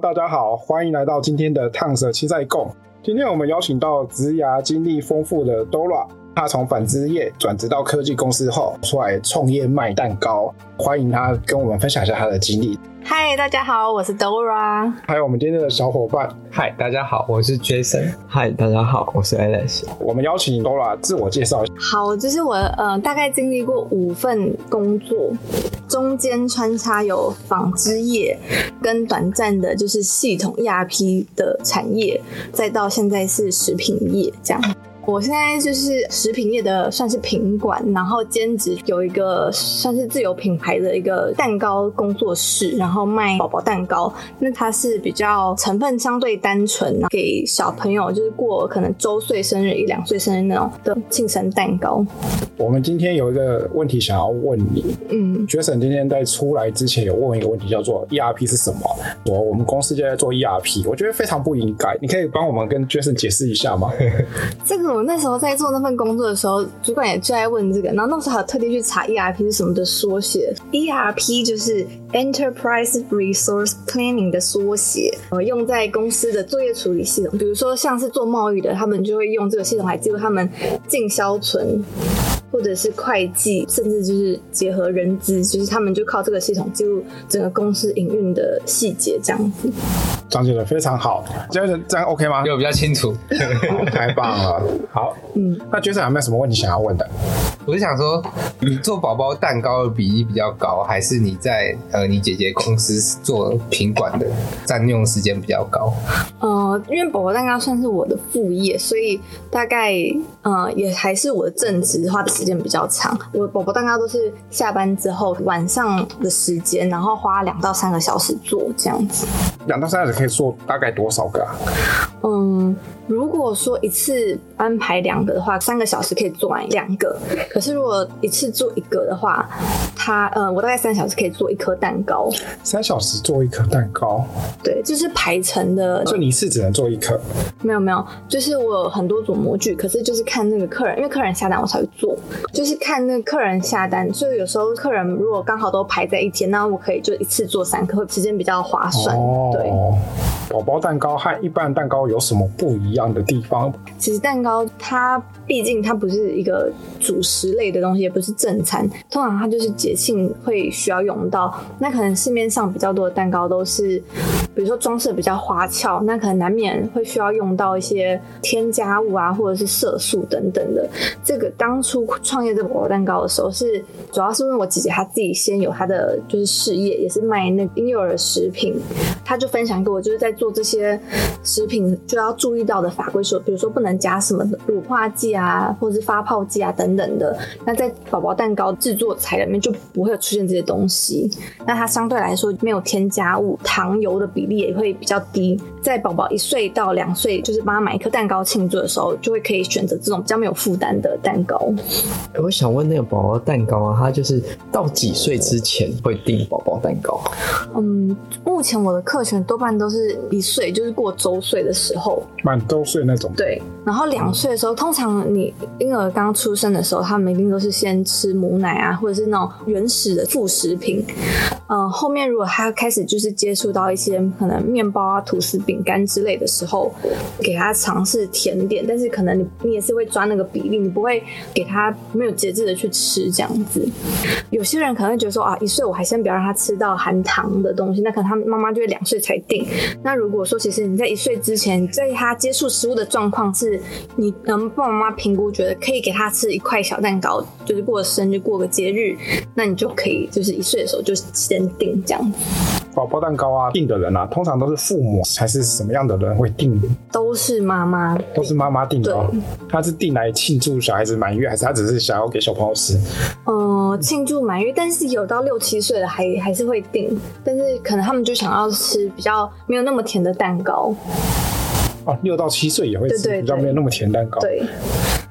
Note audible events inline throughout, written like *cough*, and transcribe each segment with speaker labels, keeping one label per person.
Speaker 1: 大家好，欢迎来到今天的烫色青菜共。今天我们邀请到职涯经历丰富的 Dora，她从纺织业转职到科技公司后，出来创业卖蛋糕。欢迎她跟我们分享一下她的经历。
Speaker 2: 嗨，大家好，我是 Dora。
Speaker 1: 还有我们今天的小伙伴，
Speaker 3: 嗨，大家好，我是 Jason。
Speaker 4: 嗨，大家好，我是 Alex。
Speaker 1: 我们邀请 Dora 自我介绍一下。
Speaker 2: 好，就是我呃，大概经历过五份工作，中间穿插有纺织业跟短暂的，就是系统 ERP 的产业，再到现在是食品业这样。我现在就是食品业的，算是品管，然后兼职有一个算是自有品牌的一个蛋糕工作室，然后卖宝宝蛋糕。那它是比较成分相对单纯，给小朋友就是过可能周岁生日、一两岁生日那种的庆生蛋糕。
Speaker 1: 我们今天有一个问题想要问你
Speaker 2: 嗯，
Speaker 1: ，Jason 今天在出来之前有问一个问题，叫做 ERP 是什么？我我们公司就在做 ERP，我觉得非常不应该。你可以帮我们跟 Jason 解释一下吗？
Speaker 2: 这个我那时候在做那份工作的时候，主管也最爱问这个，然后那时候还有特地去查 ERP 是什么的缩写，ERP 就是 Enterprise Resource Planning 的缩写，呃，用在公司的作业处理系统，比如说像是做贸易的，他们就会用这个系统来记录他们进销存。或者是会计，甚至就是结合人资，就是他们就靠这个系统记录整个公司营运的细节，这样子。
Speaker 1: 讲解的非常好，Jason 这样 OK 吗？
Speaker 3: 有比较清楚， *laughs*
Speaker 1: 好太棒了，好，
Speaker 2: 嗯，
Speaker 1: 那 Jason 有没有什么问题想要问的？
Speaker 3: 我是想说，你做宝宝蛋糕的比例比较高，还是你在呃你姐姐公司做品管的占用时间比较高？
Speaker 2: 呃，因为宝宝蛋糕算是我的副业，所以大概呃也还是我的正职花的时间比较长。我宝宝蛋糕都是下班之后晚上的时间，然后花两到三个小时做这样子。
Speaker 1: 两到三小时可以做大概多少个啊？
Speaker 2: 嗯，如果说一次安排两个的话，三个小时可以做完两个。可是如果一次做一个的话，它呃我大概三小时可以做一颗蛋糕。
Speaker 1: 三小时做一颗蛋糕，
Speaker 2: 对，就是排成的
Speaker 1: 所以你一次只能做一颗。
Speaker 2: 没有没有，就是我有很多组模具，可是就是看那个客人，因为客人下单我才会做，就是看那个客人下单，所以有时候客人如果刚好都排在一天，那我可以就一次做三颗，会时间比较划算。
Speaker 1: 哦
Speaker 2: 对，，
Speaker 1: 宝宝蛋糕和一般蛋糕有什么不一样的地方？
Speaker 2: 其实蛋糕它毕竟它不是一个主食类的东西，也不是正餐，通常它就是节庆会需要用到。那可能市面上比较多的蛋糕都是，比如说装饰比较花俏，那可能难免会需要用到一些添加物啊，或者是色素等等的。这个当初创业这个宝宝蛋糕的时候是，主要是因为我姐姐她自己先有她的就是事业，也是卖那个婴幼儿食品，她就分享给我，就是在做这些食品就要注意到的法规说，比如说不能加什么乳化剂啊，或者是发泡剂啊等等的。那在宝宝蛋糕制作材料里面就不会有出现这些东西。那它相对来说没有添加物，糖油的比例也会比较低。在宝宝一岁到两岁，就是帮他买一颗蛋糕庆祝的时候，就会可以选择这种比较没有负担的蛋糕。
Speaker 4: 我想问那个宝宝蛋糕啊，它就是到几岁之前会订宝宝蛋糕？
Speaker 2: 嗯，目前我的客群多半都是一岁，就是过周岁的时候，
Speaker 1: 满周岁那种，
Speaker 2: 对，然后两岁的时候，通常你婴儿刚出生的时候，他们一定都是先吃母奶啊，或者是那种原始的副食品。嗯、后面如果他开始就是接触到一些可能面包啊、吐司、饼干之类的时候，给他尝试甜点，但是可能你你也是会抓那个比例，你不会给他没有节制的去吃这样子。有些人可能会觉得说啊，一岁我还先不要让他吃到含糖的东西，那可能他妈妈就会两岁才定。那如果说其实你在一岁之前，在他接触食物的状况是，你能帮妈妈评估，觉得可以给他吃一块小蛋糕，就是过生日过个节日，那你就可以就是一岁的时候就先定这样子。
Speaker 1: 宝宝蛋糕啊，订的人啊，通常都是父母还是什么样的人会订？
Speaker 2: 都是妈妈，
Speaker 1: 都是妈妈订的、哦
Speaker 2: 对，
Speaker 1: 他是订来庆祝小孩子满月，还是他只是想要给小朋友吃？
Speaker 2: 呃，庆祝满月，但是有到六七岁了还还是会定，但是可能他们就想要吃比较没有那么甜的蛋糕，
Speaker 1: 哦，六到七岁也会吃，
Speaker 2: 对对
Speaker 1: 比较没有那么甜蛋糕。
Speaker 2: 对。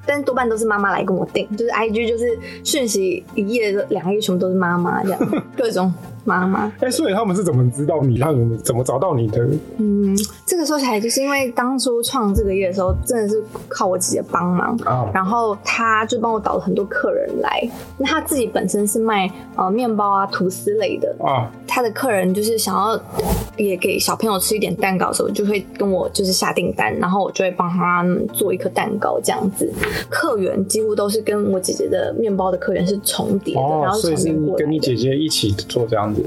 Speaker 2: 但多半都是妈妈来跟我订，就是 I G 就是讯息一页两页全部都是妈妈这样，各种妈妈。
Speaker 1: 哎、所以他们是怎么知道你，让你们怎么找到你的？
Speaker 2: 嗯，这个说起来，就是因为当初创这个月的时候，真的是靠我姐姐帮忙，
Speaker 1: 啊
Speaker 2: 然后她就帮我导了很多客人来。那她自己本身是卖呃面包啊、吐司类的，
Speaker 1: 啊，
Speaker 2: 她的客人就是想要也给小朋友吃一点蛋糕的时候，就会跟我就是下订单，然后我就会帮他们做一颗蛋糕这样子。客源几乎都是跟我姐姐的面包的客源是重叠的，
Speaker 1: 哦
Speaker 2: 然，后
Speaker 1: 所
Speaker 2: 重
Speaker 1: 以是
Speaker 2: 叠
Speaker 1: 你
Speaker 2: 过来
Speaker 1: 跟你
Speaker 2: 的。
Speaker 1: 姐姐一起做这样子，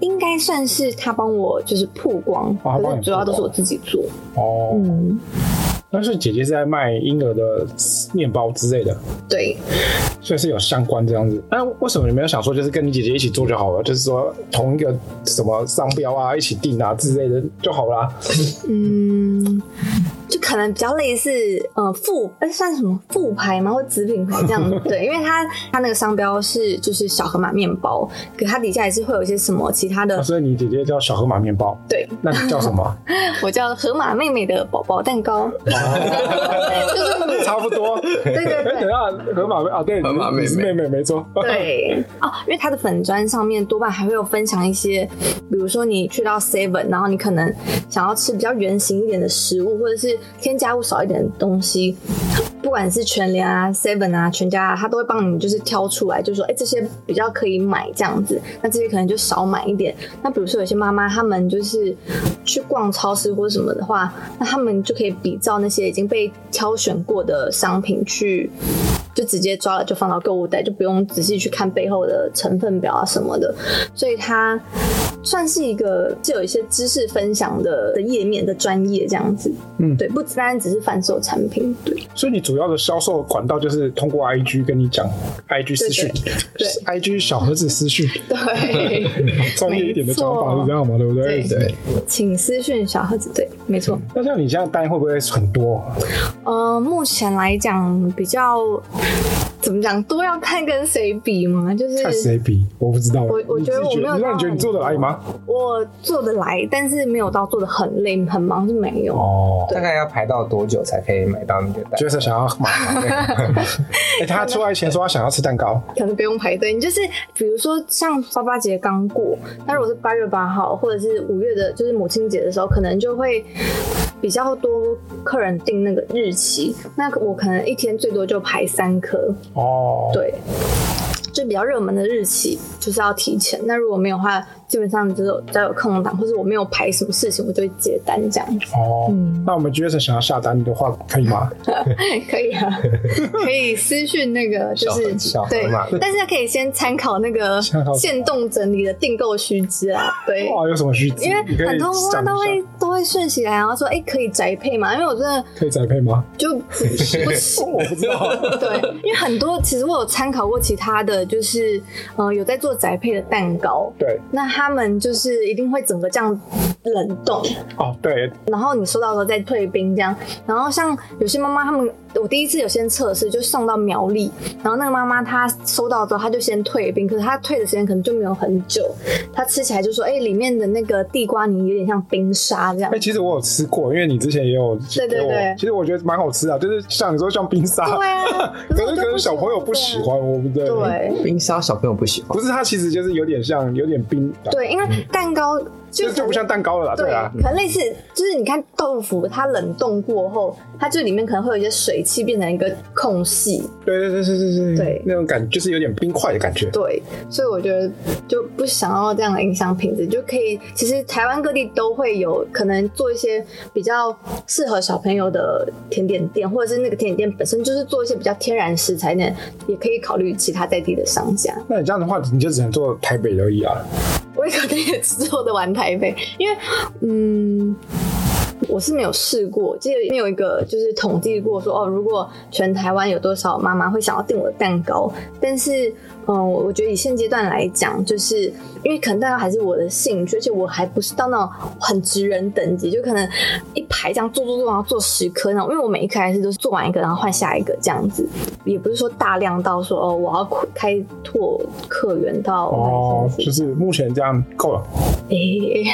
Speaker 2: 应该算是她帮我就是曝光，
Speaker 1: 她哦帮
Speaker 2: 可
Speaker 1: 你
Speaker 2: 是主要
Speaker 1: 曝
Speaker 2: 都是
Speaker 1: 光
Speaker 2: 我自己做。
Speaker 1: 哦，
Speaker 2: 嗯，
Speaker 1: 但是姐姐是在卖婴儿的面包之类的，
Speaker 2: 对。
Speaker 1: 所以是有相关这样子。但为什么你没有想说，就是跟你姐姐一起做就好了？就是说同一个什么商标啊，一起订啊之类的就好啦。
Speaker 2: 嗯，就可能比较类似，呃，副哎、算什么副牌吗，或子品牌这样？对，因为它它那个商标是就是小河马面包，可它底下也是会有一些什么其他
Speaker 1: *laughs*
Speaker 2: 的
Speaker 1: 啊、。所以你姐姐叫小河马面包，
Speaker 2: 对
Speaker 1: 那你叫什
Speaker 2: *laughs*
Speaker 1: 么？
Speaker 2: 我叫河马妹妹的宝宝蛋糕，就是
Speaker 1: 差不多。
Speaker 2: 对对
Speaker 1: 哎哎，等一
Speaker 2: 对。
Speaker 1: 下，河马妹啊，对，
Speaker 4: 河马妹妹
Speaker 1: 你是妹妹没错。 *laughs*
Speaker 2: 对哦，因为它的粉砖上面多半还会有分享一些，比如说你去到 Seven，然后你可能想要吃比较圆形一点的食物，或者是添加物少一点的东西，不管是全联啊、Seven 啊、全家啊，它都会帮你就是挑出来，就说哎、这些比较可以买这样子，那这些可能就少买一点。那比如说有些妈妈她们就是去逛超市或者什么的话，那他们就可以比照那些已经被挑选过的商品去。就直接抓了，就放到购物袋，就不用仔细去看背后的成分表啊什么的。所以它算是一个是有一些知识分享的的页面的专业这样子。
Speaker 1: 嗯
Speaker 2: 对，不单单只是贩售产品，对。
Speaker 1: 所以你主要的销售管道就是通过 IG 跟你讲，IG 私讯
Speaker 2: 对
Speaker 1: ，IG 小盒子私
Speaker 2: *laughs*
Speaker 1: 讯，
Speaker 2: 对，
Speaker 1: 专业一点的讲法是这样嘛，对不对？
Speaker 2: 对
Speaker 4: 对，
Speaker 2: 请私讯小盒子，对，没错。
Speaker 1: 那像你这样单会不会很多？
Speaker 2: 呃，目前来讲比较怎么讲，都要看跟谁比嘛，就是
Speaker 1: 看谁比，我不知道。
Speaker 2: 我我
Speaker 1: 你
Speaker 2: 觉得
Speaker 1: 自己
Speaker 2: 我没有
Speaker 1: 那
Speaker 2: 到
Speaker 1: 你觉得你做得来吗？
Speaker 2: 我做得来，但是没有到做的很累很忙是没有。
Speaker 1: 哦，
Speaker 3: 大概要排到多久才可以买到你的蛋糕？
Speaker 1: 就是想要买。
Speaker 2: *laughs*
Speaker 1: 哎，他出来前说他想要吃蛋糕，
Speaker 2: 可能不用排队，你就是比如说像八八节刚过，那如果是八月八号或者是五月的，就是母亲节的时候，可能就会比较多客人定那个日期，那我可能一天最多就排三颗，
Speaker 1: 哦，
Speaker 2: 对。就比较热门的日期，就是要提前。那如果没有的话，基本上只有只要有空档，或者我没有排什么事情，我就会接单这样子。 *laughs*
Speaker 1: 哦，
Speaker 2: 嗯
Speaker 1: 那我们 Jason 想要下单的话，可以吗？
Speaker 2: 可以啊， *laughs* 可以私讯那个，就
Speaker 4: 小盒
Speaker 2: 是
Speaker 4: 子
Speaker 3: 小盒
Speaker 2: 对
Speaker 3: 嘛，
Speaker 2: 但是可以先参考那个
Speaker 1: 参考
Speaker 2: 限动整理的订购须知啊，对。
Speaker 1: 哇，有什么需求？
Speaker 2: 因为
Speaker 1: 你可以
Speaker 2: 很多妈
Speaker 1: 讲
Speaker 2: 妈
Speaker 1: 一下
Speaker 2: 都会都会顺起来，然后说：“哎、可以宅配吗？”因为我真的
Speaker 1: 可以宅配吗？
Speaker 2: 就不行，
Speaker 1: *laughs* 我不知道。
Speaker 2: 对，因为很多其实我有参考过其他的，就是嗯、呃有在做宅配的蛋糕，
Speaker 1: 对，
Speaker 2: 那他们就是一定会整个这样冷冻，
Speaker 1: 哦，对，
Speaker 2: 然后你收到的时候再退冰这样。然后像有些妈妈她们，我第一次有先测试，就送到苗栗，然后那个妈妈她收到之后，她就先退冰，可是她退的时间可能就没有很久，她吃起来就说，哎、里面的那个地瓜泥有点像冰沙这样
Speaker 1: *laughs* 哎、。其实我有吃过，因为你之前也有
Speaker 2: 对对
Speaker 1: 给我
Speaker 2: 对
Speaker 1: 其实我觉得蛮好吃的，啊就是像你说像冰沙，
Speaker 2: 对啊，
Speaker 1: *laughs* 可
Speaker 2: 我
Speaker 1: 是
Speaker 2: 就
Speaker 1: 可能小朋友不喜欢，我不对。
Speaker 2: 对。对
Speaker 4: 冰沙小朋友不喜欢
Speaker 1: 不，是，它其实就是有点像，有点冰，
Speaker 2: 对，因
Speaker 1: *laughs*
Speaker 2: 为蛋糕就
Speaker 1: 就就不像蛋糕了啦，
Speaker 2: 对，
Speaker 1: 对啊，
Speaker 2: 可能类似就是你看豆腐，它冷冻过后，它就里面可能会有一些水汽变成一个空隙，
Speaker 1: 对对对对对对
Speaker 2: 对
Speaker 1: 那种感觉就是有点冰块的感觉，
Speaker 2: 对，所以我觉得就不想要这样的影响品质，就可以。其实台湾各地都会有可能做一些比较适合小朋友的甜点店，或者是那个甜点店本身就是做一些比较天然食材的，也可以考虑其他在地的商家。
Speaker 1: 那你这样的话，你就只能做台北而已啊。
Speaker 2: 我可能也只做得完台北，因为嗯。我是没有试过，记得有一个就是统计过说哦，如果全台湾有多少妈妈会想要订我的蛋糕，但是嗯，我觉得以现阶段来讲，就是因为可能蛋糕还是我的兴趣，而且我还不是到那种很职人等级，就可能一排这样做做做，然后做十颗那种，因为我每一颗还是都是做完一个，然后换下一个这样子，也不是说大量到说哦，我要开拓客源到哪一些
Speaker 1: 哦，
Speaker 2: 地方
Speaker 1: 就是目前这样够了。
Speaker 2: 诶、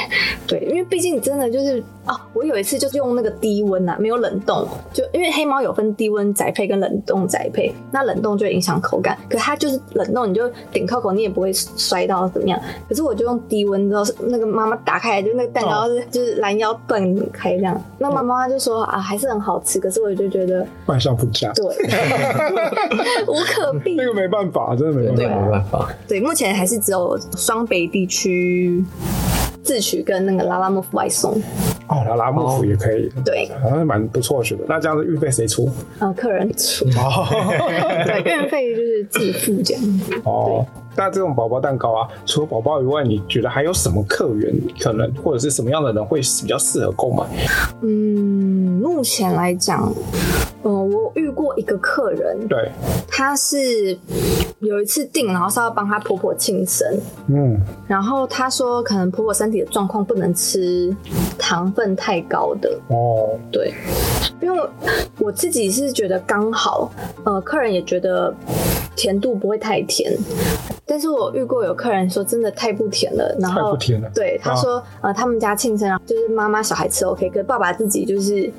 Speaker 2: 对，因为毕竟真的就是哦，我有一次就是用那个低温啊，没有冷冻，就因为黑猫有分低温宅配跟冷冻宅配，那冷冻就会影响口感，可它就是冷冻，你就顶扣口，你也不会摔到怎么样。可是我就用低温之后，那个妈妈打开来，就那个蛋糕是、就是拦腰断开这样，那妈妈就说啊，还是很好吃，可是我就觉得
Speaker 1: 卖相不佳，
Speaker 2: 对，无可避
Speaker 1: 那个没办法，真的没
Speaker 4: 对，
Speaker 1: 办法。
Speaker 4: 那个没办法。
Speaker 2: 对，目前还是只有双北地区自取跟那个拉拉木夫外送，
Speaker 1: 哦，拉拉幕府也可以，
Speaker 2: 对，
Speaker 1: 好像蛮不错的选择。那这样子运费谁出？
Speaker 2: 呃，客人
Speaker 1: *laughs*
Speaker 2: 出，
Speaker 4: 哦
Speaker 2: 对，运费就是自付这样。
Speaker 1: 哦，那这种宝宝蛋糕啊，除了宝宝以外，你觉得还有什么客源可能，或者是什么样的人会比较适合购买？
Speaker 2: 嗯，目前来讲，嗯、我遇过一个客人，
Speaker 1: 对，
Speaker 2: 他是有一次订，然后是要帮他婆婆庆生，
Speaker 1: 嗯，
Speaker 2: 然后他说可能婆婆身体的状况不能吃糖分太高的，
Speaker 1: 哦，
Speaker 2: 对，因为我我自己是觉得刚好，呃，客人也觉得甜度不会太甜，但是我遇过有客人说真的太不甜了，然
Speaker 1: 太
Speaker 2: 后
Speaker 1: 不甜了。啊
Speaker 2: 对他说，呃，他们家庆生啊，就是妈妈小孩吃 OK，可是爸爸自己就是，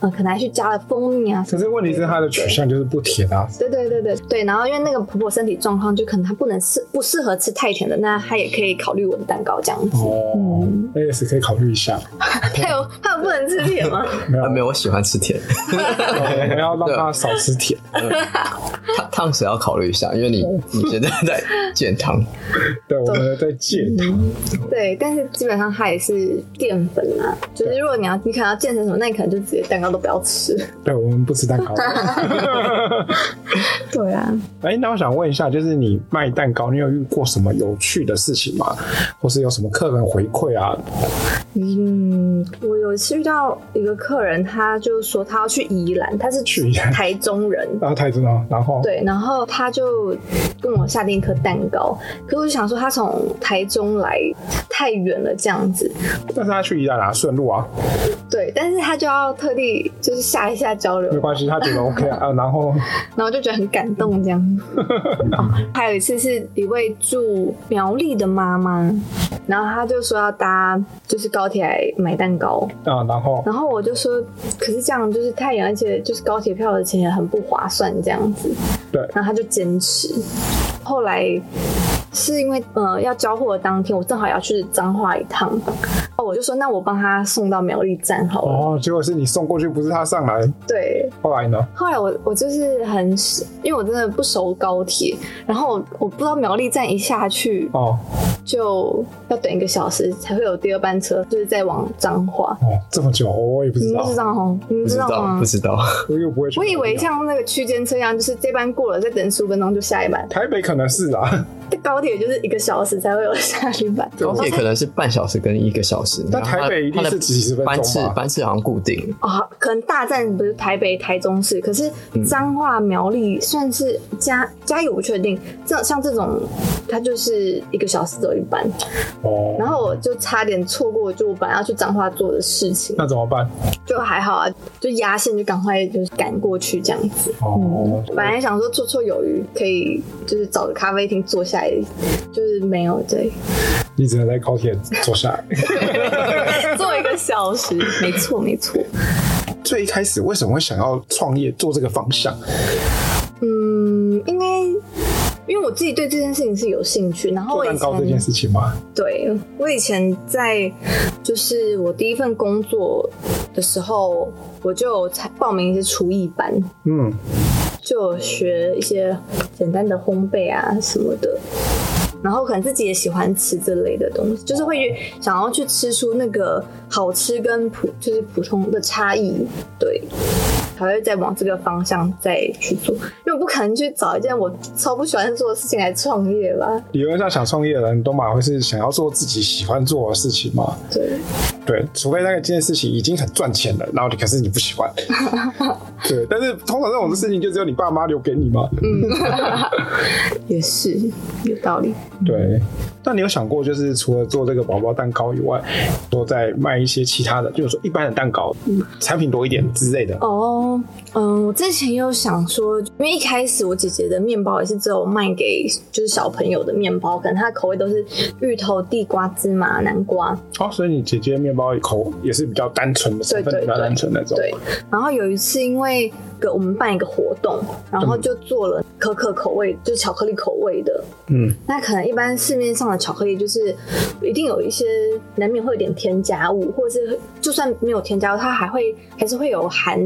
Speaker 2: 呃，可能还去加了蜂蜜啊什
Speaker 1: 可
Speaker 2: 么的。
Speaker 1: 是问题是它的取向就是不甜啊，
Speaker 2: 对对对对对，然后因为那个婆婆身体状况，就可能她不能吃不适合吃太甜的，那她也可以考虑我的蛋糕这样子。
Speaker 1: 哦，那也是可以考虑一 *laughs* 下，
Speaker 2: *laughs* 她有她有不能吃甜吗？
Speaker 1: 没有
Speaker 4: 啊，没有，我喜欢吃甜， *laughs*
Speaker 1: 我们要让他少吃甜。
Speaker 4: 烫烫水要考虑一下，因为你你觉得在减糖，
Speaker 1: 对，我们在戒糖，
Speaker 2: 对，但是基本上它也是淀粉啊，就是如果你要你可能要健身什么，那你可能就直接蛋糕都不要吃。 *laughs*
Speaker 1: 对，我们不吃蛋 *laughs* 糕。
Speaker 2: 对啊，
Speaker 1: 哎，那我想问一下，就是你卖蛋糕，你有遇过什么有趣的事情吗？或是有什么客人回馈啊？
Speaker 2: 嗯，我有一次遇到一个客人，他就说他要去宜兰，他是
Speaker 1: 去宜兰哦
Speaker 2: 台中人。
Speaker 1: 然后太子呢？然后
Speaker 2: 对，然后他就跟我下定一颗蛋糕，可是我就想说他从台中来太远了这样子，
Speaker 1: 但是他去宜兰啊，顺路啊，
Speaker 2: 对，但是他就要特地就是下一下交流
Speaker 1: 没，关系，他觉得 OK 啊。啊然后
Speaker 2: 然后就觉得很感动这样。
Speaker 1: *laughs*
Speaker 2: 哦还有一次是一位住苗栗的妈妈，然后她就说要搭就是高铁来买蛋糕，
Speaker 1: 啊，然后
Speaker 2: 然后我就说，可是这样就是太远，而且就是高铁票的钱也很不划算这样子。
Speaker 1: 对
Speaker 2: 然后她就坚持，后来。是因为呃要交货的当天，我正好要去彰化一趟，哦，我就说那我帮他送到苗栗站好了。
Speaker 1: 哦，结果是你送过去，不是他上来。
Speaker 2: 对，
Speaker 1: 后来呢？
Speaker 2: 后来我我就是很，因为我真的不熟高铁，然后我我不知道苗栗站一下去
Speaker 1: 哦
Speaker 2: 就要等一个小时才会有第二班车，就是在往彰化。
Speaker 1: 哦，这么久，我也不
Speaker 2: 你
Speaker 1: 知
Speaker 2: 们
Speaker 1: 道
Speaker 2: 不知，道哦，你们
Speaker 4: 不知
Speaker 2: 道
Speaker 4: 道
Speaker 2: 吗
Speaker 4: 不？知道，
Speaker 1: 我又不会去。
Speaker 2: 我以为像那个区间车一样，就是这班过了，再等十五分钟就下一班。
Speaker 1: 台北可能是啊，
Speaker 2: 但高铁就是一个小时才会有下一班。
Speaker 4: 高铁可能是半小时跟一个小时，
Speaker 1: 但
Speaker 4: 然后它
Speaker 1: 台北一定
Speaker 4: 它的
Speaker 1: 是几十分钟吧
Speaker 4: 班次班次好像固定，
Speaker 2: 啊、可能大站不是台北、台中市，可是
Speaker 4: 嗯
Speaker 2: 彰化、苗栗算是嘉嘉义，我不确定。这像这种，它就是一个小时只有一班。
Speaker 1: 哦，
Speaker 2: 然后我就差点错过，就我本来要去彰化做的事情，
Speaker 1: 那怎么办？
Speaker 2: 就还好啊，就压线就赶快就是赶过去这样子。
Speaker 1: 哦，
Speaker 2: 本来想说绰绰有余，可以就是找个咖啡厅坐下来，就是没有对，
Speaker 1: 你只能在高铁坐下来。
Speaker 2: 坐一个小时，没错没错。
Speaker 1: *laughs* 最一开始为什么会想要创业做这个方向？
Speaker 2: 嗯，应该因为我自己对这件事情是有兴趣，然后
Speaker 1: 做
Speaker 2: 我
Speaker 1: 蛋
Speaker 2: 以
Speaker 1: 糕这件
Speaker 2: 前
Speaker 1: 事情吗？
Speaker 2: 对我以前在就是我第一份工作的时候，我就有参报名一些厨艺班，
Speaker 1: 嗯，
Speaker 2: 就有学一些简单的烘焙啊什么的，然后可能自己也喜欢吃这类的东西，就是会想要去吃出那个好吃跟普就是普通的差异，对，才会再往这个方向再去做，因为我不可能去找一件我超不喜欢做的事情来创业吧，
Speaker 1: 理论上想创业的人都嘛会是想要做自己喜欢做的事情嘛，
Speaker 2: 对，
Speaker 1: 对，除非那个这件事情已经很赚钱了，然后你可是你不喜
Speaker 2: *laughs*
Speaker 1: 欢，对，但是通常这种事情就只有你爸妈留给你嘛，
Speaker 2: 嗯也是有道理。
Speaker 1: 对。那你有想过，就是除了做这个宝宝蛋糕以外，都在卖一些其他的，就是说一般的蛋糕，产品多一点之类的。
Speaker 2: 哦哦，嗯，我之前有想说，因为一开始我姐姐的面包也是只有卖给就是小朋友的面包，可能它的口味都是芋头、地瓜、芝麻、南瓜。
Speaker 1: 哦，所以你姐姐面包口也是比较单纯的，成分
Speaker 2: 对对
Speaker 1: 比较
Speaker 2: 对
Speaker 1: 单纯那种。
Speaker 2: 对，然后有一次因为个我们办一个活动，然后就做了可可口味，就是巧克力口味的。
Speaker 1: 嗯，
Speaker 2: 那可能一般市面上的巧克力就是一定有一些难免会有点添加物，或者是就算没有添加物，它还会还是会有含。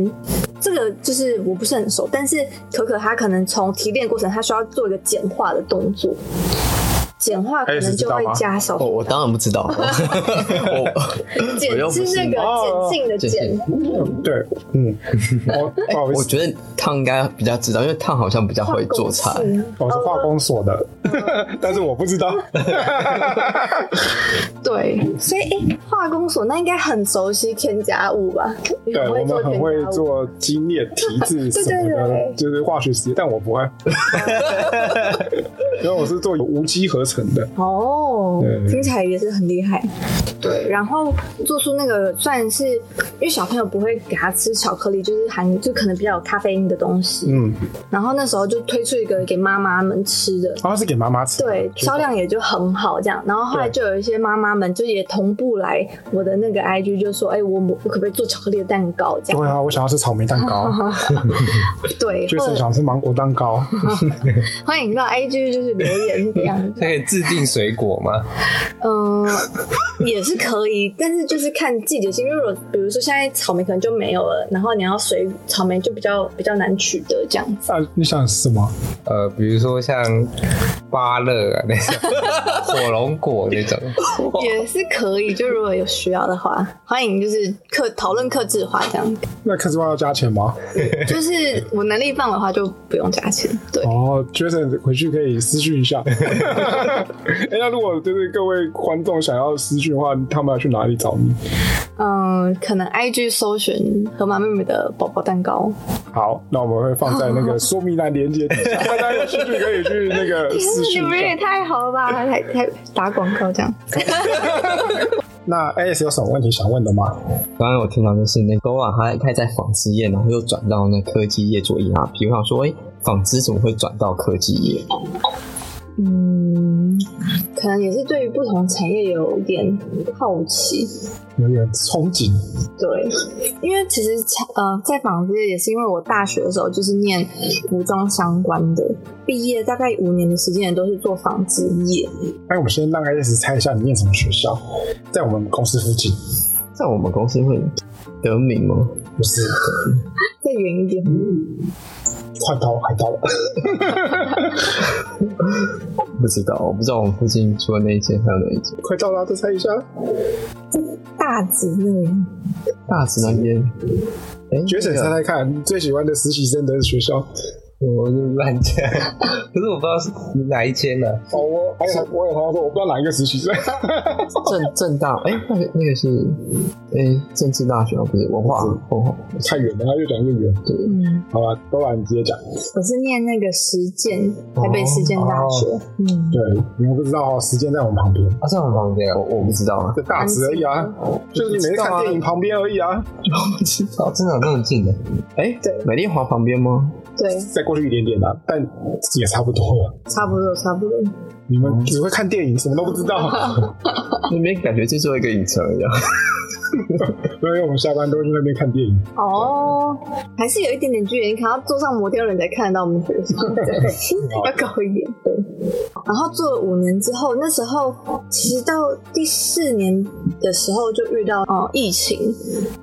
Speaker 2: 这个就是我不是很熟，但是可可它可能从提炼过程，它需要做一个简化的动作，简化可能就会加少
Speaker 4: 我哦我当然
Speaker 2: *laughs*
Speaker 4: 不知道，我
Speaker 2: 减
Speaker 4: 我又
Speaker 2: 是
Speaker 4: 不是
Speaker 2: 那个
Speaker 1: 哦
Speaker 2: 减性的
Speaker 4: 减
Speaker 2: 减
Speaker 4: 性，
Speaker 1: 对，
Speaker 2: *laughs*
Speaker 1: 嗯，我不好意
Speaker 4: 我
Speaker 1: 思，
Speaker 4: 觉得烫应该比较知道，因为烫好像比较会做菜
Speaker 2: 化。工系
Speaker 1: 我是化工所
Speaker 2: 哦
Speaker 1: 的，但是我不知道。
Speaker 2: 对，所以哎、诶化工所那应该很熟悉添加物吧？ *laughs* 你
Speaker 1: 对，我们很会
Speaker 2: 添加物。
Speaker 1: 做精炼、提制什么
Speaker 2: *laughs* 对对
Speaker 1: 的
Speaker 2: 对，
Speaker 1: 就是化学实验，但我
Speaker 2: *laughs*
Speaker 1: 不会，因为我是做无机合成的。
Speaker 2: 哦
Speaker 1: 对，
Speaker 2: 听起来也是很厉害。对，然后做出那个算是，因为小朋友不会给他吃巧克力，就是含就可能比较有咖啡因的东西。
Speaker 1: 嗯，
Speaker 2: 然后那时候就推出一个给妈妈们吃的，
Speaker 1: 然后是给妈妈吃。
Speaker 2: 对，销量也就很好这样。然后后来
Speaker 1: 对
Speaker 2: 就有一些妈妈们就也同步来我的那个 IG，就说：“哎、我我可不可以做巧克力的蛋糕？”这样
Speaker 1: 对啊，我想要吃草莓蛋糕，
Speaker 2: 对，
Speaker 1: 确
Speaker 2: 或
Speaker 1: 实
Speaker 2: 者
Speaker 1: 想吃芒果蛋糕。啊
Speaker 2: 欢迎到 IG 就是留言这样子
Speaker 3: 它。可以自定水果吗？
Speaker 2: 嗯，也是可以，但是就是看季节性。因为如果比如说现在草莓可能就没有了，然后你要水草莓就比较比较难取得这 *laughs* 样子。
Speaker 1: 啊，你想吃什么？
Speaker 3: 呃，比如说像芭乐啊那
Speaker 4: *laughs*
Speaker 3: 种，火龙果那种，
Speaker 2: 也是可以，就如果有需要的话，欢迎就是客讨论客制化这样，
Speaker 1: 那克制化要加钱吗？
Speaker 2: 就是我能力范围的话就不用加钱。对，
Speaker 1: 哦，Jason 回去可以私讯一下。 *laughs* 哎、那如果就是各位观众想要私讯的话，他们要去哪里找你？
Speaker 2: 嗯，可能 IG 搜寻河马妹妹的宝宝蛋糕，
Speaker 1: 好，那我们会放在那个说明栏连接底下，大家有兴趣可以去那个私
Speaker 2: *laughs* 你
Speaker 1: 讯
Speaker 2: 们
Speaker 1: 一
Speaker 2: 也
Speaker 1: 下。
Speaker 2: 太好了吧，还还打广告这样。
Speaker 1: 那 AS 有什么问题想问的吗？
Speaker 4: 刚刚我听到就是那个啊，他他也在纺织业，然后又转到那科技业做 ERP。我想说，哎、纺织怎么会转到科技业？
Speaker 2: 嗯，可能也是对于不同产业有点好奇，
Speaker 1: 有点憧憬，
Speaker 2: 对，因为其实呃，在纺织业也是因为我大学的时候就是念服装相关的，毕业大概五年的时间也都是做纺织业，
Speaker 1: 那哎我们先让 AS 猜一下你念什么学校，在我们公司附近，
Speaker 4: 在我们公司会得名吗？
Speaker 1: 不是
Speaker 2: 再远一点，
Speaker 1: 快到了，快到了。 *laughs*
Speaker 4: 不知道，我不知道我们附近除了那一间还有哪一间。
Speaker 1: 快到了，再猜一下。
Speaker 2: 大直那里
Speaker 4: 大直那边，哎、
Speaker 1: 杰森
Speaker 4: 那
Speaker 1: 猜
Speaker 4: 个
Speaker 1: 猜看，你最喜欢的实习生的学校？
Speaker 3: 我就乱讲。
Speaker 1: *laughs*
Speaker 3: 可是我不知道是哪一间呢、
Speaker 1: 哦，我还有我有同学说，我不知道哪一个实习生。 *laughs*
Speaker 4: 政政大，哎、那个那个是，哎、政治大学吗不是文化文化，
Speaker 1: 太远了，他越讲越远。
Speaker 2: 嗯，
Speaker 1: 好吧，都来你直接讲。
Speaker 2: 我是念那个实践，台北实践大学，嗯，
Speaker 1: 对，你们不知道哦，时间在我们旁边，
Speaker 3: 啊，在我们旁边啊
Speaker 4: 我。我不知道啊，
Speaker 1: 这大直而已啊，就是你每次看
Speaker 4: *laughs*
Speaker 1: 电影旁边而已啊。
Speaker 4: 不知道。
Speaker 3: 哦，真的有那么近的？
Speaker 4: 哎、
Speaker 2: 对
Speaker 4: 美丽华旁边吗？
Speaker 2: 对，
Speaker 1: 再过去一点点啦、但也差不多了。
Speaker 2: 差不多差不多，
Speaker 1: 你们只会看电影，什么都不知道。啊
Speaker 4: 那边感觉就做一个影城一样。
Speaker 1: 所以我们下班都会去那边看电影。
Speaker 2: 哦，还是有一点点距离，你可能要坐上摩天轮才看得到我们学校，对要高一点。对，然后做了五年之后，那时候其实到第四年的时候就遇到哦、呃疫情，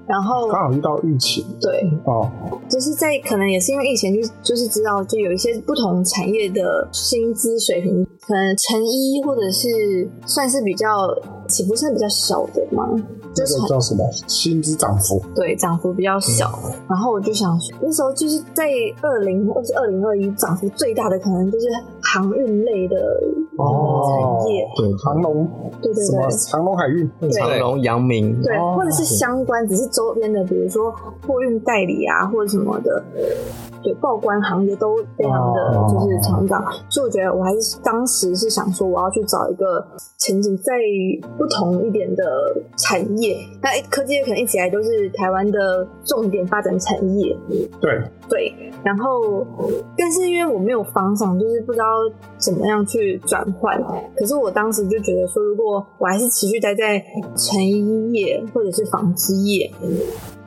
Speaker 2: 然后
Speaker 1: 刚好遇到疫情
Speaker 2: 对，
Speaker 1: 哦，
Speaker 2: 就是在可能也是因为疫情，就就是知道就有一些不同产业的薪资水平，可能成衣或者是算是比较起伏算比较小的嘛，
Speaker 1: 这
Speaker 2: 就是
Speaker 1: 个叫什么？薪资涨幅。
Speaker 2: 对，涨幅比
Speaker 1: 嗯
Speaker 2: 较小。然后我就想说，那时候就是在二零或是二零二一，涨幅最大的可能就是航运类的
Speaker 1: 哦
Speaker 2: 产业，
Speaker 4: 对，
Speaker 1: 长隆
Speaker 2: 对对
Speaker 1: 什么
Speaker 2: 对。
Speaker 1: 长隆海运，
Speaker 4: 长隆、阳明，
Speaker 2: 对，
Speaker 1: 哦
Speaker 2: 或者是相关，只是周边的，比如说货运代理啊，或者什么的，对，报关行业都非常的
Speaker 1: 哦
Speaker 2: 就是成长，所以我觉得我还是当时是想说，我要去找一个前景在不同一点的产业。那科技业可能一直以来都是台湾的重点发展产业，
Speaker 1: 对，
Speaker 2: 对，然后但是因为我没有方向，就是不知道怎么样去转换。可是我当时就觉得说，如果我还是持续待在成衣业或者是纺织业，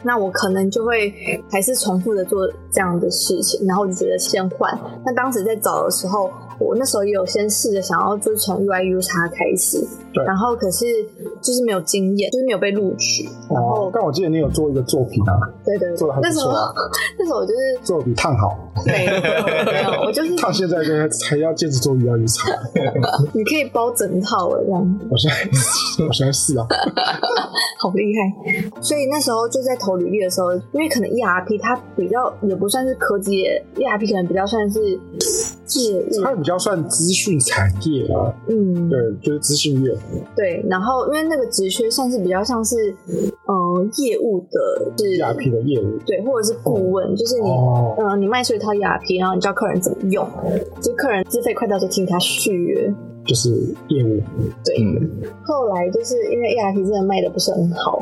Speaker 2: 那我可能就会还是重复的做这样的事情。然后我就觉得先换。那当时在找的时候，我那时候也有先试着想要就是从 UIU 叉开始
Speaker 1: 对，
Speaker 2: 然后可是就是没有经验，就是没有被录取。然
Speaker 1: 哦
Speaker 2: 后，
Speaker 1: 但我记得你有做一个作品啊，
Speaker 2: 对对
Speaker 1: 做
Speaker 2: 对
Speaker 1: 得还，不
Speaker 2: 那时候
Speaker 1: 错啊
Speaker 2: *laughs* 那时候我就是
Speaker 1: 做的比烫好，
Speaker 2: 没有没有，我 *laughs* 就是
Speaker 1: 烫现在就还要坚持做瑜伽瑜伽，
Speaker 2: 你可以包整套哎，这样
Speaker 1: *laughs* 我现在 *laughs* 我现在是啊，
Speaker 2: 好厉害。所以那时候就在投履历的时候，因为可能 ERP 它比较也不算是科技业，ERP 可能比较算是业务，
Speaker 1: 它比较算资讯产业啊，
Speaker 2: 嗯，
Speaker 1: 对，就是资讯业，
Speaker 2: 对。然后因为那个职缺算是比较像是嗯业务的，是
Speaker 1: ERP ，E 的业务。
Speaker 2: 对，或者是顾问，就是你。
Speaker 1: 哦，
Speaker 2: 嗯，你卖出一套 ERP，然后你教客人怎么用，就是客人自费快到就替他续约，
Speaker 1: 就是业
Speaker 2: *laughs*
Speaker 1: 务，
Speaker 4: 嗯，
Speaker 2: 后来就是因为 ERP 真的卖的不是很好，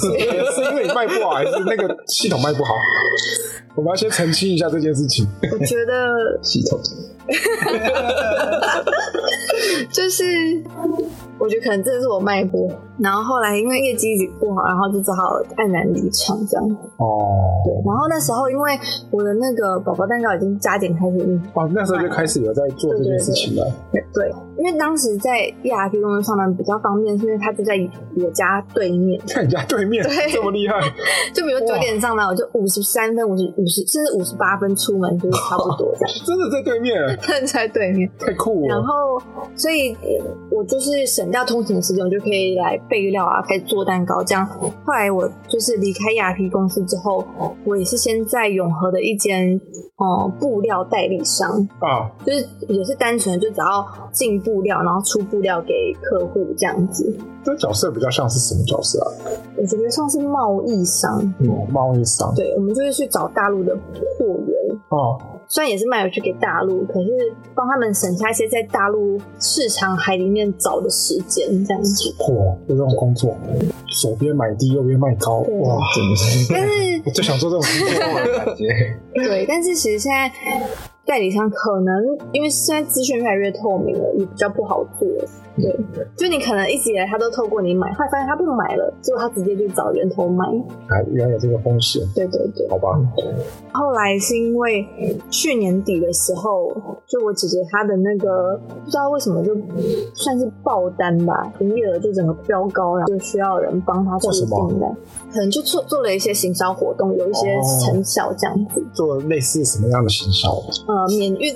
Speaker 1: 是因为你卖不好，还是那个系统卖不好？我们要先澄清一下这件事情。
Speaker 2: 我觉得
Speaker 4: 系统
Speaker 2: 就是我觉得可能真的是我卖过，然后后来因为业绩一直不好，然后就只好黯然离场这样。
Speaker 1: 哦，
Speaker 2: 对，然后那时候因为我的那个宝宝蛋糕已经加点开始运
Speaker 1: 哦，那时候就开始有在做这件事情了。
Speaker 2: 对，因为当时在 ERP 公司上班比较方便，是因为他就在我家对面，
Speaker 1: 看人家对面
Speaker 2: 对
Speaker 1: 这么厉害，
Speaker 2: 就比如九点上班，我就五十三分、五十五十甚至五十八分出门，就是差不多这样，
Speaker 1: 真的在对面，
Speaker 2: 站 *laughs* 在对面。
Speaker 1: 太酷
Speaker 2: 然
Speaker 1: 了。
Speaker 2: 后，所以呃我就是省掉通勤时间，我就可以来备料啊，开始做蛋糕这样。后来我就是离开亚皮公司之后，我也是先在永和的一间哦、呃布料代理商，
Speaker 1: 啊，
Speaker 2: 就是也是单纯就只要进布料，然后出布料给客户这样子。
Speaker 1: 这角色比较像是什么角色啊？
Speaker 2: 我觉得算是贸易商，
Speaker 1: 哦，贸易商
Speaker 2: 对我们就是去找大陆的货源，
Speaker 1: 哦，
Speaker 2: 虽然也是卖回去给大陆，可是帮他们省下一些在大陆市场海里面找的时间这样子。
Speaker 1: 嚯，就这种工作，左边买低，右边卖高，
Speaker 2: 对
Speaker 1: 哇！
Speaker 4: 真的是
Speaker 2: 但
Speaker 1: *laughs*
Speaker 2: 是
Speaker 1: 我最想做这种工作
Speaker 3: *laughs*
Speaker 1: 了。
Speaker 4: 感觉，
Speaker 2: 对，但是其实现在代理商可能因为现在资讯越来越透明了，也比较不好做。
Speaker 1: 嗯
Speaker 2: 对，就你可能一直以来他都透过你买，后来发现他不买了，结果他直接就找源头买。
Speaker 1: 啊，原来有这个风险，
Speaker 2: 对对对。
Speaker 1: 好吧？
Speaker 2: 后来是因为去年底的时候，就我姐姐她的那个不知道为什么就算是爆单吧，营业额就整个飙高，然后就需要人帮她做
Speaker 1: 做什么
Speaker 2: 订单，可能就做做了一些行销活动，有一些
Speaker 1: 哦
Speaker 2: 成效这样子。
Speaker 1: 做类似什么样的行销？
Speaker 2: 呃，免运。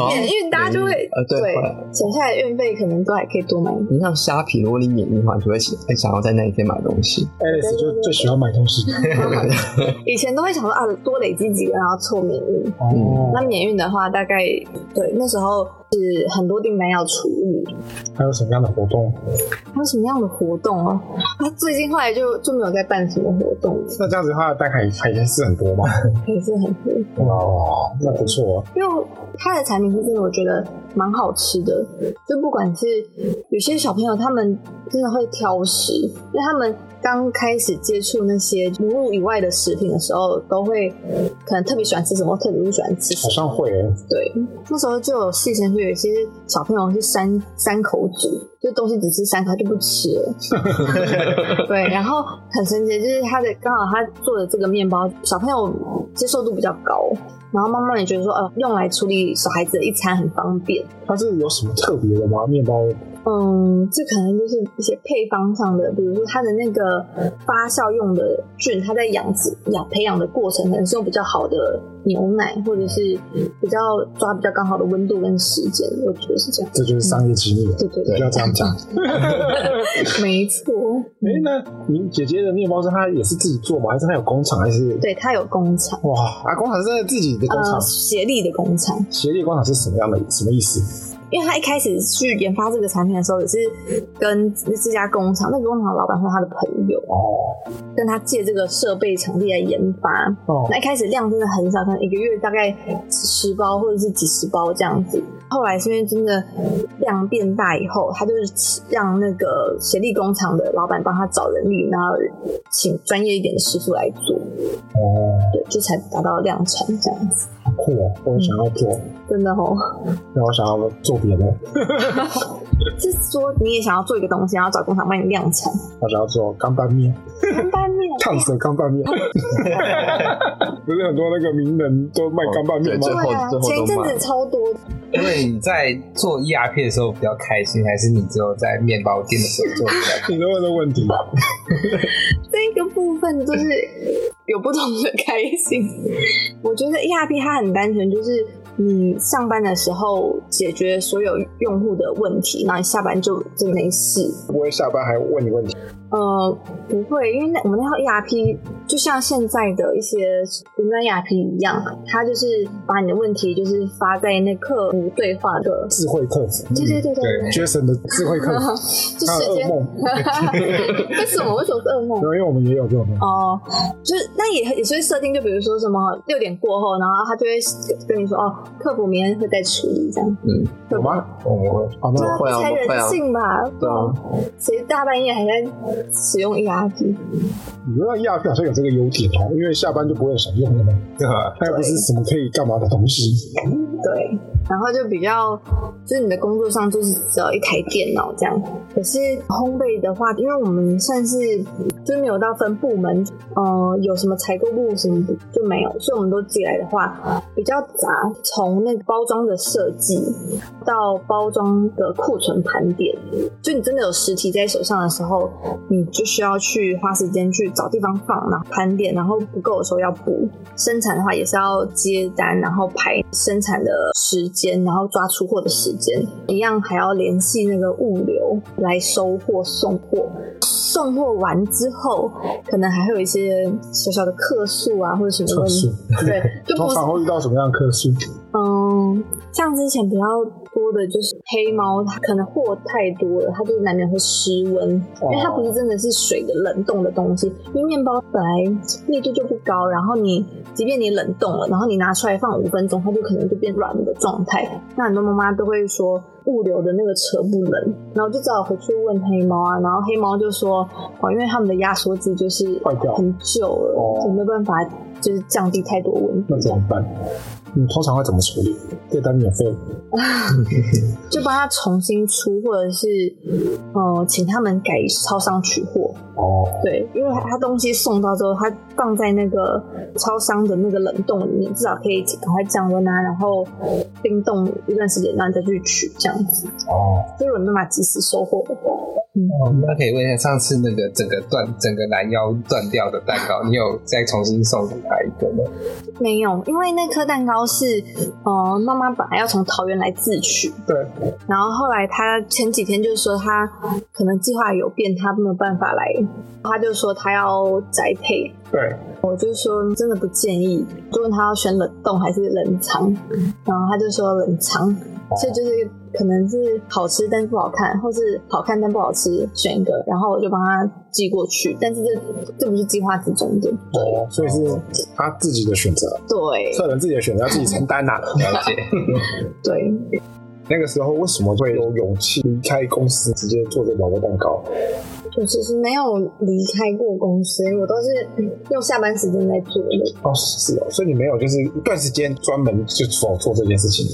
Speaker 4: 哦
Speaker 2: 免运大家就会
Speaker 4: 呃对会
Speaker 2: 省下来的运费可能都还可以多买一
Speaker 4: *laughs*
Speaker 2: 点。
Speaker 4: 你像虾皮，如果你免疫的话，你就会想想要在那一天买东西。
Speaker 1: Alice 就最喜欢买东西。
Speaker 2: 以前都会想说啊，多累积几个然后凑免运。
Speaker 1: 哦，
Speaker 2: 那免运的话，大概对那时候是很多订单要处理，
Speaker 1: 还有什么样的活动？
Speaker 2: 还有什么样的活动哦？啊，最近后来就就没有在办什么活动，
Speaker 1: 那这样子的话，单还还是很多嘛？
Speaker 2: 也是很多，
Speaker 1: 哦，那不错。
Speaker 2: 因为它的产品是真的，我觉得蛮好吃的。就不管是有些小朋友，他们真的会挑食，因为他们刚开始接触那些母乳以外的食品的时候，都会可能特别喜欢吃什么，特别不喜欢吃什
Speaker 1: 好
Speaker 2: 么。
Speaker 1: 像会欸耶，
Speaker 2: 对，那时候就有细神学，有些小朋友是三三口组，就东西只吃三口他就不吃了。对，然后很神奇，就是他的刚好他做的这个面包，小朋友接受度比较高，然后妈妈也觉得说，呃，用来处理小孩子的一餐很方便。
Speaker 1: 它是有什么特别的吗？面包
Speaker 2: 嗯，这可能就是一些配方上的，比如说它的那个发酵用的菌，它在养殖养培养的过程，可能是用比较好的牛奶，或者是比较抓比较刚好的温度跟时间，我觉得是这样。
Speaker 1: 这就是商业机密了。
Speaker 2: 对嗯对
Speaker 1: 不
Speaker 2: 对，
Speaker 1: 要
Speaker 2: *laughs*
Speaker 1: 这样讲。
Speaker 2: 没错。
Speaker 1: 哎，那你姐姐的面包是她也是自己做吗？还是她有工厂？还是
Speaker 2: 对，它有工厂，
Speaker 1: 哇啊，工厂是自己的工厂
Speaker 2: 嗯呃，，协力的工厂，
Speaker 1: 协力工厂是什么样的？什么意思？
Speaker 2: 因为他一开始去研发这个产品的时候，也是跟这家工厂，那个工厂老板是他的朋友，啊
Speaker 1: 哦
Speaker 2: 跟他借这个设备场地来研发。
Speaker 1: 哦
Speaker 2: 那一开始量真的很少，可能一个月大概十包或者是几十包这样子。后来是因为真的量变大以后，他就是让那个协力工厂的老板帮他找人力，然后请专业一点的师傅来做，
Speaker 1: 哦，
Speaker 2: 对，就才达到量产这样子。
Speaker 1: 好酷哦！我也想要做，
Speaker 2: 真的哦，
Speaker 1: 那我想要做别的，
Speaker 2: 是说你也想要做一个东西，然后找工厂帮你量产，
Speaker 1: 我想要做干拌面，
Speaker 2: 干拌面
Speaker 1: 烫死的干 *laughs* 拌面。不是很多那个名人都卖干拌面吗
Speaker 4: 哦？
Speaker 2: 对啊，
Speaker 4: 最后最后都
Speaker 2: 前一阵
Speaker 4: 买
Speaker 2: 子
Speaker 4: 了
Speaker 2: 超多
Speaker 3: *laughs* 因为你在做 ERP 的时候比较开心，还是你只有在面包店的 *laughs* 时候做比较开心？
Speaker 1: 你在问的问题，
Speaker 2: 这个部分就是有不同的开心。 *laughs* 我觉得 ERP 它很单纯，就是你上班的时候解决所有用户的问题，然后你下班就就没事。
Speaker 1: 不会下班还问你问题。
Speaker 2: 呃，不会，因为那我们那套 ERP 就像现在的一些云端 ERP E 一样，它就是把你的问题就是发在那客服对话的。
Speaker 1: 智慧客服
Speaker 2: 对对对对，
Speaker 3: 对，
Speaker 1: ，Jason 的智慧客服，
Speaker 2: *laughs* 就
Speaker 1: 他的
Speaker 2: 时
Speaker 1: 噩
Speaker 2: 间。
Speaker 1: 梦。
Speaker 2: 为什么？为什么是噩梦
Speaker 1: 然？后因为我们也有这种东西，
Speaker 2: 哦，就是那也也是会设定，就比如说什么六点过后，然后他就会跟你说哦，客服明天会再处理这样。
Speaker 4: 嗯，
Speaker 1: 有吗？
Speaker 3: 我们会
Speaker 1: 好吗？
Speaker 4: 会啊
Speaker 2: 才
Speaker 4: 会
Speaker 2: 人
Speaker 4: 啊
Speaker 2: 性吧？
Speaker 4: 对啊，
Speaker 2: 谁大半夜还在使用 E ERP？
Speaker 1: 你说那 ERP 好像有这个优点哦，因为下班就不会想用了嘛，它又不是什么可以干嘛的东西。
Speaker 2: 对，然后就比较就是你的工作上就是只有一台电脑这样。可是烘焙的话，因为我们算是就是没有到分部门，呃，有什么采购部什么就没有，所以我们都自己来的话比较杂，从那个包装的设计到包装的库存盘点，就你真的有实体在手上的时候，你就需要去花时间去找地方放，然后盘点，然后不够的时候要补。生产的话也是要接单，然后排生产的时间，然后抓出货的时间，一样还要联系那个物流来收货送货。送货完之后，可能还会有一些小小的客诉啊，或者什么
Speaker 1: 客
Speaker 2: 问
Speaker 1: 诉
Speaker 2: 题，，
Speaker 1: *laughs*
Speaker 2: 对，就
Speaker 1: 通
Speaker 2: 不是
Speaker 1: 常会遇到什么样的客诉？
Speaker 2: 嗯，像之前比较多的就是黑猫，它可能货太多了，它就是难免会失温，因为它不是真的是水的冷冻的东西，因为面包本来密度就不高，然后你即便你冷冻了，然后你拿出来放五分钟，它就可能就变软的状态。那很多妈妈都会说物流的那个扯不冷，然后就只好回去问黑猫啊，然后黑猫就说哦，因为他们的压缩机就是
Speaker 1: 坏掉
Speaker 2: 很久了，
Speaker 1: 哦
Speaker 2: 就没有办法就是降低太多温度
Speaker 1: 那。怎么办？你通常会怎么处理？这单免费，
Speaker 2: 就帮他重新出，或者是呃，请他们改超商取货。
Speaker 1: 哦，
Speaker 2: 对，因为他东西送到之后，他放在那个超商的那个冷冻里面，至少可以赶快降温啊，然后冰冻一段时间，然后你再去取这样子。
Speaker 1: 哦，
Speaker 2: 就是我没办法及时收货的话，
Speaker 3: 哦，那可以问一下，上次那个整个断、整个拦腰断掉的蛋糕，你有再重新送给他一个吗？
Speaker 2: 没有，因为那颗蛋糕是呃，妈妈本来要从桃园来自取，
Speaker 1: 对，
Speaker 2: 然后后来他前几天就说他可能计划有变，他没有办法来，他就说他要宅配，
Speaker 1: 对，
Speaker 2: 我就说真的不建议，就问他要选冷冻还是冷藏，然后他就说冷藏，所以就是可能是好吃但是不好看，或是好看但不好吃，选一个，然后我就帮他寄过去，但是这这不是计划之中的，
Speaker 1: 哦，所以是他自己的选择，
Speaker 2: 对
Speaker 1: 客人自己的选择，要自己承担呐、
Speaker 3: 了解，
Speaker 2: 对，
Speaker 1: *laughs* 那个时候为什么会有勇气离开公司，直接做这个萝卜蛋糕？
Speaker 2: 我其实没有离开过公司，我都是用下班时间在做的，
Speaker 1: 哦，是哦，所以你没有就是一段时间专门就否做这件事情，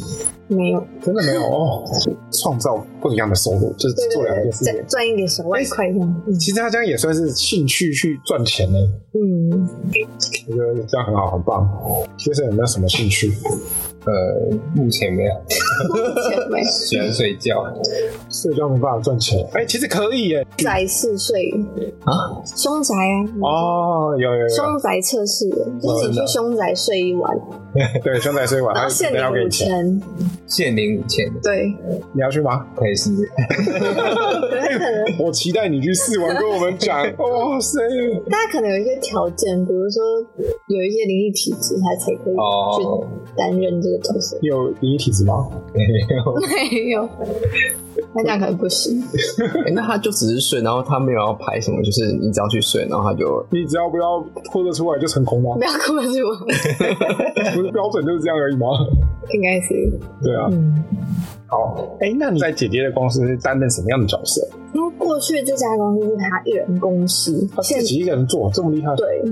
Speaker 2: 没有
Speaker 1: 真的没有哦，创造不一样的收入，就是
Speaker 2: 对
Speaker 1: 做两
Speaker 2: 对对
Speaker 1: 件事情
Speaker 2: 赚。赚一点小外快这样，嗯
Speaker 1: 其实他这样也算是兴趣去赚钱呢，
Speaker 2: 嗯。
Speaker 1: 我觉得这样很好，很棒。先生有没有什么兴趣？
Speaker 3: 呃，目前没有，
Speaker 2: 前
Speaker 1: *laughs*
Speaker 2: 辈
Speaker 3: 喜欢睡觉。
Speaker 1: 社交没办法赚钱，哎、其实可以耶。
Speaker 2: 宅四岁
Speaker 4: 啊，
Speaker 2: 凶宅啊，
Speaker 1: 哦，有有有，
Speaker 2: 凶宅测试的，
Speaker 1: 嗯
Speaker 2: 就是你去凶宅睡一晚，
Speaker 1: *laughs* 对，兄弟睡晚，他
Speaker 2: 然后限
Speaker 1: 等一下要
Speaker 2: 你
Speaker 1: 给
Speaker 2: 五
Speaker 1: 你钱，
Speaker 2: 千，
Speaker 3: 限零五千，
Speaker 1: *laughs*
Speaker 2: 对，
Speaker 1: 你要去吗？
Speaker 3: 可以 *laughs* 试试。
Speaker 1: 我期待你去试完跟我们 *laughs* 讲。哇哦塞，，
Speaker 2: 大家可能有一些条件，比如说有一些灵异体质，他才可以去
Speaker 3: 哦，
Speaker 2: 担任这个角色
Speaker 1: *laughs* 有离体质吗？
Speaker 2: 没有，那这样可能不行。
Speaker 4: 诶那他就只是睡，然后他没有要拍什么，就是你只要去睡，然后他就
Speaker 1: 你只要不要拖得出来就成功了
Speaker 2: 不，要哭了，是我，
Speaker 1: 不是标准就是这样而已 *laughs* 吗？
Speaker 2: 应该是
Speaker 1: 对啊，
Speaker 2: 嗯。
Speaker 1: 好，哎，那你在姐姐的公司担任什么样的角色？
Speaker 2: 因为过去这家公司是他一人公司，
Speaker 1: 她
Speaker 2: 现
Speaker 1: 哦自己一个人做这么厉害，
Speaker 2: 对，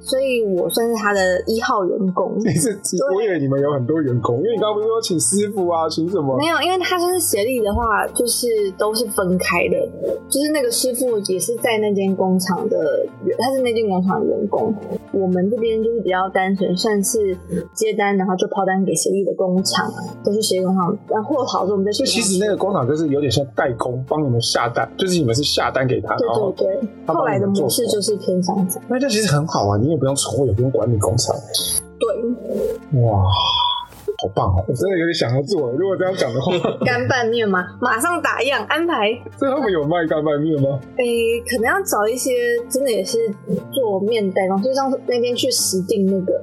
Speaker 2: 所以我算是他的一号员
Speaker 1: *laughs*
Speaker 2: 工。
Speaker 1: 你是我以为你们有很多员工，因为你刚刚不是说请师傅啊，请什么
Speaker 2: 没？有，因为他算是协力的话，就是都是分开的，就是那个师傅也是在那间工厂的员，他是那间工厂的员工。我们这边就是比较单纯，算是接单，然后就抛单给协力的工厂，都是协力工厂，然后货跑之后我们再
Speaker 1: 所
Speaker 2: 去
Speaker 1: 以
Speaker 2: 跟他
Speaker 1: 其
Speaker 2: 说。
Speaker 1: 实那个工厂就是有点像代工，帮你们下单，就是你们是下单给他，然后
Speaker 2: 对对
Speaker 1: 他
Speaker 2: 对，后
Speaker 1: 帮
Speaker 2: 来
Speaker 1: 你
Speaker 2: 的
Speaker 1: 们做
Speaker 2: 模式
Speaker 1: 活
Speaker 2: 就是偏向这样。
Speaker 1: 那这其实很好啊，你也不用宠物，也不用管理工厂，
Speaker 2: 对，
Speaker 1: 哇，好棒哦！我真的有点想要做，如果这样讲
Speaker 2: *laughs*
Speaker 1: 的话，
Speaker 2: 干拌面嘛，马上打样安排。
Speaker 1: 所以他们有卖干拌面吗？
Speaker 2: 诶，可能要找一些真的也是做面代工，就像那天去石定那个，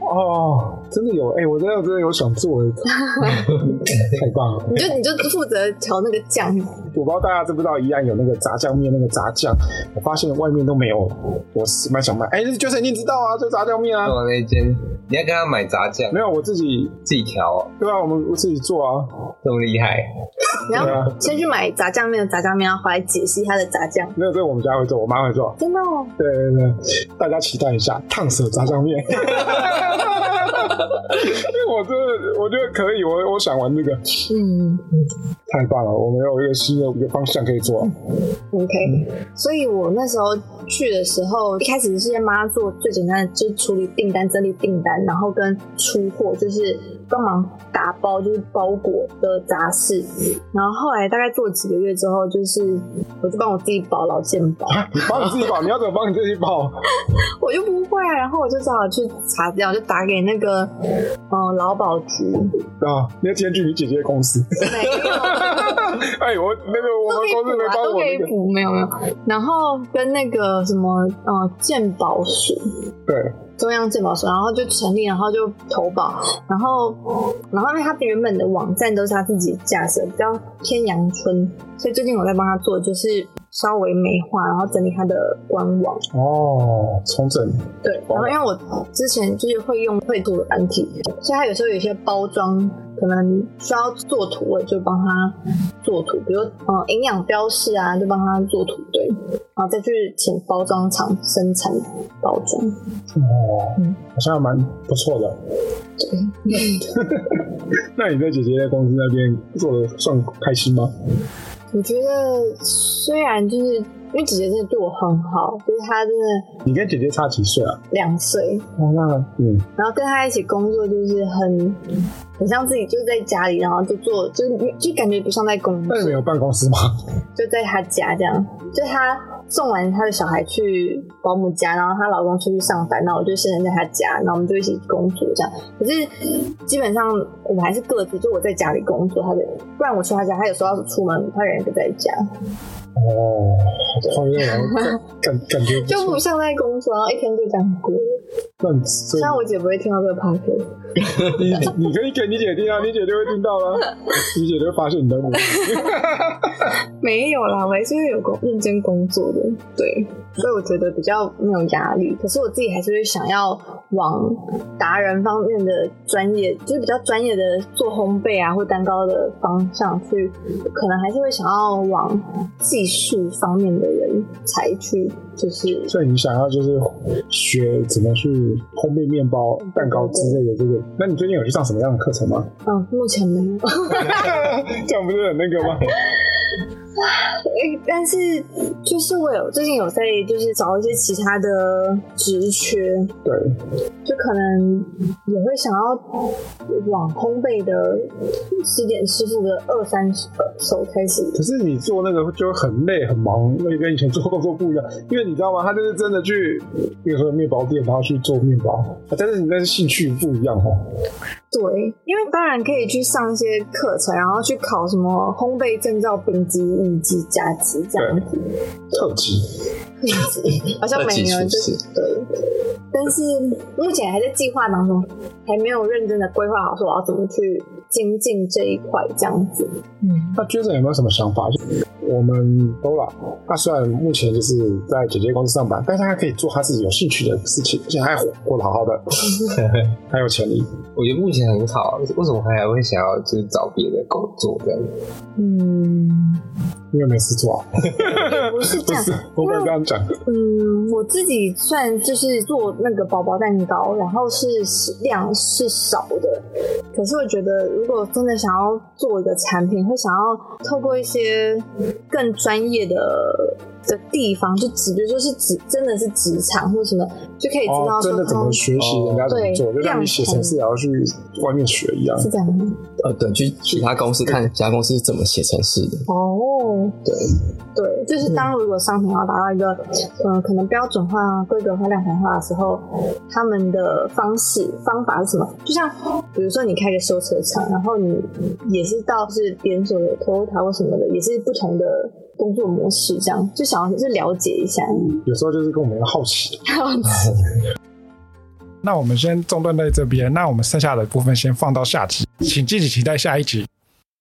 Speaker 1: 哦，真的有，哎、我真的真的有想
Speaker 2: *laughs*
Speaker 1: 做，太棒了！
Speaker 2: 你就你就负责调那个酱，
Speaker 1: 我不知道大家知不知道，宜兰有那个炸酱面，那个炸酱，我发现外面都没有，我是蛮想买，哎、就是就是你定知道啊，就炸酱面啊，
Speaker 2: 嗯
Speaker 3: 我那间，你要跟他买炸酱，
Speaker 1: 没有我自己，
Speaker 3: 自己调哦，
Speaker 1: 对啊，我们我自己做啊，
Speaker 3: 这么厉害，
Speaker 2: 然
Speaker 1: 对
Speaker 2: 后
Speaker 1: 啊
Speaker 2: 先去买炸酱面的炸酱面，然后回来解析它的炸酱，
Speaker 1: 没有，这个我们家会做，我妈会做，
Speaker 2: 真的哦，
Speaker 1: 对对对，大家期待一下烫手炸酱面。因为我真的我觉得可以，我我想玩这个，
Speaker 2: 嗯
Speaker 1: 太棒了！我们有一个新的一个方向可以做。
Speaker 2: ，OK，所以我那时候去的时候，一开始是先帮他做最简单的，就是处理订单、整理订单，然后跟出货，就是帮忙打包，就是包裹的杂事，然后后来大概做几个月之后，就是我就帮我自己保劳健 *laughs* 保。
Speaker 1: 你帮你自己保，你要怎么帮你自己啊保？
Speaker 2: 我就不会啊，然后我就只好去查资料，就打给那个嗯劳保局，
Speaker 1: 啊，你要先去你姐姐的公司。 *laughs*
Speaker 2: 没有，
Speaker 1: 哎，我那个我们公司没帮
Speaker 2: 都
Speaker 1: 我
Speaker 2: 可
Speaker 1: 那
Speaker 2: 以
Speaker 1: 个。
Speaker 2: 补，没有没有，然后跟那个什么呃健保署。
Speaker 1: 对，
Speaker 2: 中央健保署，然后就成立，然后就投保，然后，然后因为他原本的网站都是他自己架设，比较偏阳春，所以最近我在帮他做，就是稍微美化，然后整理他的官网。
Speaker 1: 哦，重整。
Speaker 2: 对，然后因为我之前就是会用绘图的软体，所以它有时候有一些包装可能需要做图，我就帮它做图，比如嗯营养标示啊，就帮它做图，对，然后再去请包装厂生产包装。
Speaker 1: 哦
Speaker 2: 嗯，
Speaker 1: 好像还蛮不错的。
Speaker 2: 对，
Speaker 1: *laughs* 那你在姐姐的公司那边做的算开心吗？
Speaker 2: 我觉得虽然就是因为姐姐真的对我很好，就是她真的
Speaker 1: 你跟姐姐差几岁啊？
Speaker 2: 两岁，
Speaker 1: 哦，那嗯，
Speaker 2: 然后跟他一起工作就是很很像自己就是在家里，然后就做就是就感觉不像在工作
Speaker 1: 那你。们有办公室吗？
Speaker 2: 就在他家这样，就他送完他的小孩去保姆家，然后她老公出去上班，那我就先在他家，然后我们就一起工作这样。可是基本上我们还是各自，就我在家里工作，他在，不然我去他家，他有时候要出门，他人也不在家，
Speaker 1: 哦，好热哦，感感感觉不
Speaker 2: 就
Speaker 1: 错
Speaker 2: 不像在工作，然后一天就这样过。
Speaker 1: 那你所
Speaker 2: 虽
Speaker 1: 以
Speaker 2: 然我姐不会听到这个 p o d c
Speaker 1: 你你你可以给你姐听啊，你姐就会听到了，你姐就会发现你的母。
Speaker 2: 没有啦，我还是会有工认真工作的，对，所以我觉得比较没有压力。可是我自己还是会想要往达人方面的专业，就是比较专业的做烘焙啊或蛋糕的方向去，可能还是会想要往技术方面的人才去，就是
Speaker 1: 所以你想要就是学怎么去烘焙面包、蛋糕之类的这个，那你最近有去上什么样的课程吗？ *laughs*
Speaker 2: 嗯，目前没有。
Speaker 1: 这样不是很那个吗？
Speaker 2: 诶 *laughs* 但是就是我有最近有在就是找一些其他的职缺，
Speaker 1: 对，
Speaker 2: 就可能也会想要往烘焙的西点师傅的二三手手开始。
Speaker 1: 可是你做那个就很累很忙，那跟以前做工作不一样，因为你知道吗？他就是真的去，比如说面包店，然后去做面包，啊但是你那是兴趣不一样哦。
Speaker 2: 对，因为当然可以去上一些课程，然后去考什么烘焙证照、丙级艺伎加值这样子，
Speaker 1: 特级，
Speaker 2: *laughs*
Speaker 5: 好像没有，
Speaker 4: 二级
Speaker 5: 就
Speaker 4: 厨
Speaker 5: 是
Speaker 4: 师
Speaker 5: 对。
Speaker 2: 但是目前还在计划当中，还没有认真的规划好说我要怎么去精进这一块这样子。
Speaker 1: 那 Jason 有没有什么想法？就是我们 Dora，他虽然目前就是在姐姐公司上班，但是他可以做他自己有兴趣的事情，而且还活得好好的， *laughs* 还有潜力。
Speaker 3: 我觉得目前很好，为什么还会想要就是找别的工作这样？
Speaker 2: 嗯，
Speaker 1: 因为没事做、啊，
Speaker 2: 不是这
Speaker 1: *laughs* 不
Speaker 2: 样
Speaker 1: 是，我不能这样讲。
Speaker 2: 嗯，我自己算就是做那个宝宝蛋糕，然后是量是少的，可是我觉得如果真的想要做一个产品，会想要透过一些更专业的的地方，就指，比如说是指真的是职场或什么，就可以知
Speaker 1: 哦
Speaker 2: 道，
Speaker 1: 真
Speaker 2: 说
Speaker 1: 的怎
Speaker 2: 他
Speaker 1: 么
Speaker 2: 们
Speaker 1: 学习人家怎么做，
Speaker 2: 哦
Speaker 1: 就
Speaker 2: 对
Speaker 1: 像你写程式也要去外面学一样。
Speaker 2: 是这样吗
Speaker 4: 呃，对，去其他公司看其他公司是怎么写程式的。
Speaker 2: 哦，
Speaker 4: 对
Speaker 2: 对，就是当如果商品要达到一个，嗯、可能标准化、规格化、量产化的时候，他们的方式方法是什么？就像比如说你开个修车厂，然后你也是到是连锁的 Toyota 或什么的，也是不同的工作模式，这样就想要就了解一下。
Speaker 1: 有时候就是跟我们一样好奇。
Speaker 2: *laughs*
Speaker 1: 那我们先中断在这边，那我们剩下的部分先放到下集，请敬请期待下一集。